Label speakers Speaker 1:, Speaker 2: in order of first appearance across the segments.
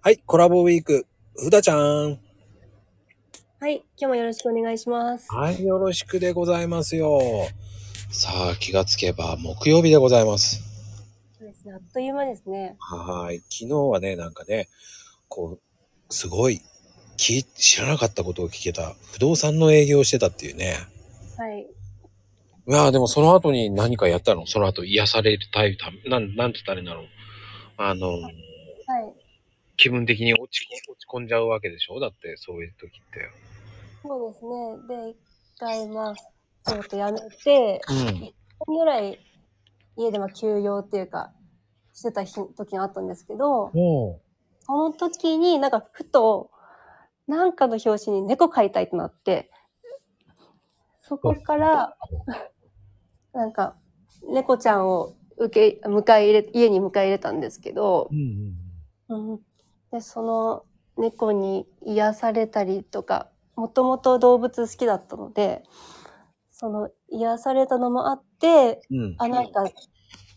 Speaker 1: はい、コラボウィーク、ふだちゃん。
Speaker 2: はい、今日もよろしくお願いします。
Speaker 1: はい、よろしくでございますよ。さあ、気がつけば木曜日でございます。
Speaker 2: そうですね、あっという間ですね。
Speaker 1: はい、昨日はね、なんかね、こう、すごい、き知らなかったことを聞けた、不動産の営業をしてたっていうね。
Speaker 2: はい。
Speaker 1: いやーでもその後に何かやったのその後癒されるタイプ、なん、なんて言ったらいいんだろう。あのー、
Speaker 2: はい。
Speaker 1: 気分的に落ち込落ち込んじゃうわけでしょだって、そういう時って。
Speaker 2: そうですね。で、一回、まあ、仕事辞めて、
Speaker 1: うん。
Speaker 2: 1年ぐらい家でまあ休養っていうか、してた日時があったんですけど、
Speaker 1: も
Speaker 2: その時になんかふと、なんかの表紙に猫飼いたいってなって、そこから、なんか、猫ちゃんを受け、迎え入れ、家に迎え入れたんですけど
Speaker 1: う。、ん。
Speaker 2: うん、でその猫に癒されたりとかもともと動物好きだったのでその癒されたのもあって
Speaker 1: うん。
Speaker 2: あなんか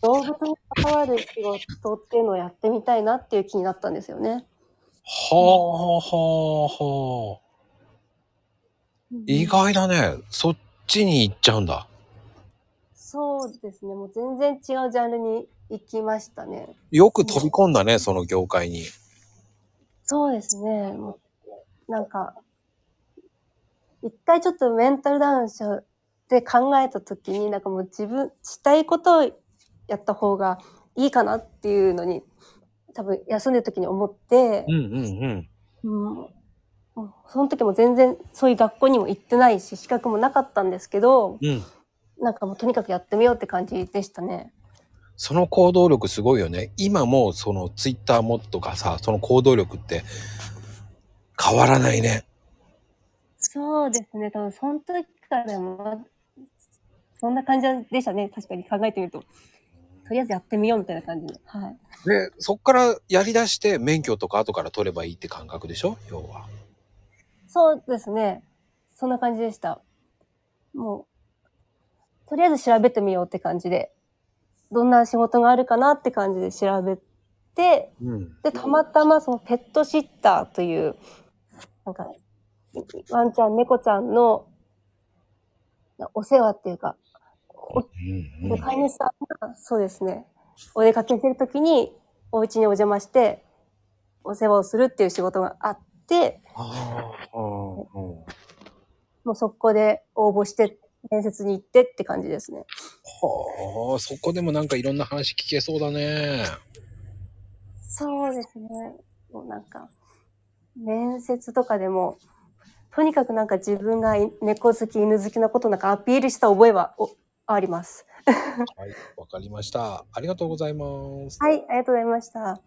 Speaker 2: 動物に関わる仕事っていうのをやってみたいなっていう気になったんですよね。
Speaker 1: はあはあはあ。意外だね。そっちに行っちゃうんだ。
Speaker 2: そうですねもう全然違うジャンルに行きましたね。
Speaker 1: よく飛び込んだね、その業界に。
Speaker 2: そうですね。もうなんか、一回ちょっとメンタルダウンしちゃって考えたときに、なんかもう自分、したいことをやった方がいいかなっていうのに、多分休んでる時に思って
Speaker 1: うん、うんうん。
Speaker 2: うんもうその時も全然そういう学校にも行ってないし、資格もなかったんですけど、
Speaker 1: うん。
Speaker 2: なんかもうとにかくやってみようって感じでしたね。
Speaker 1: その行動力すごいよね。今もそのツイッターもとかさ、その行動力って変わらないね。
Speaker 2: そうですね。多分その時からも、そんな感じでしたね。確かに考えてみると。とりあえずやってみようみたいな感じで。はい。
Speaker 1: で、そっからやり出して免許とか後から取ればいいって感覚でしょ要は。
Speaker 2: そうですね。そんな感じでした。もう、とりあえず調べてみようって感じで、どんな仕事があるかなって感じで調べて、
Speaker 1: うん。
Speaker 2: で、たまたまそのペットシッターという、なんか、ワンちゃん、猫ちゃんのお世話っていうか、
Speaker 1: うんう
Speaker 2: で、
Speaker 1: ん、
Speaker 2: 飼い主さんが、そうですね、お出かけしてるときに、お家にお邪魔して、お世話をするっていう仕事があって、
Speaker 1: ああ、うん。
Speaker 2: もう速攻で応募して、面接に行ってって感じですね。
Speaker 1: はあ、そこでもなんかいろんな話聞けそうだね。
Speaker 2: そうですね。もうなんか、面接とかでも、とにかくなんか自分がい猫好き、犬好きなことなんかアピールした覚えはおあります。
Speaker 1: はい、わかりました。ありがとうございます。
Speaker 2: はい、ありがとうございました。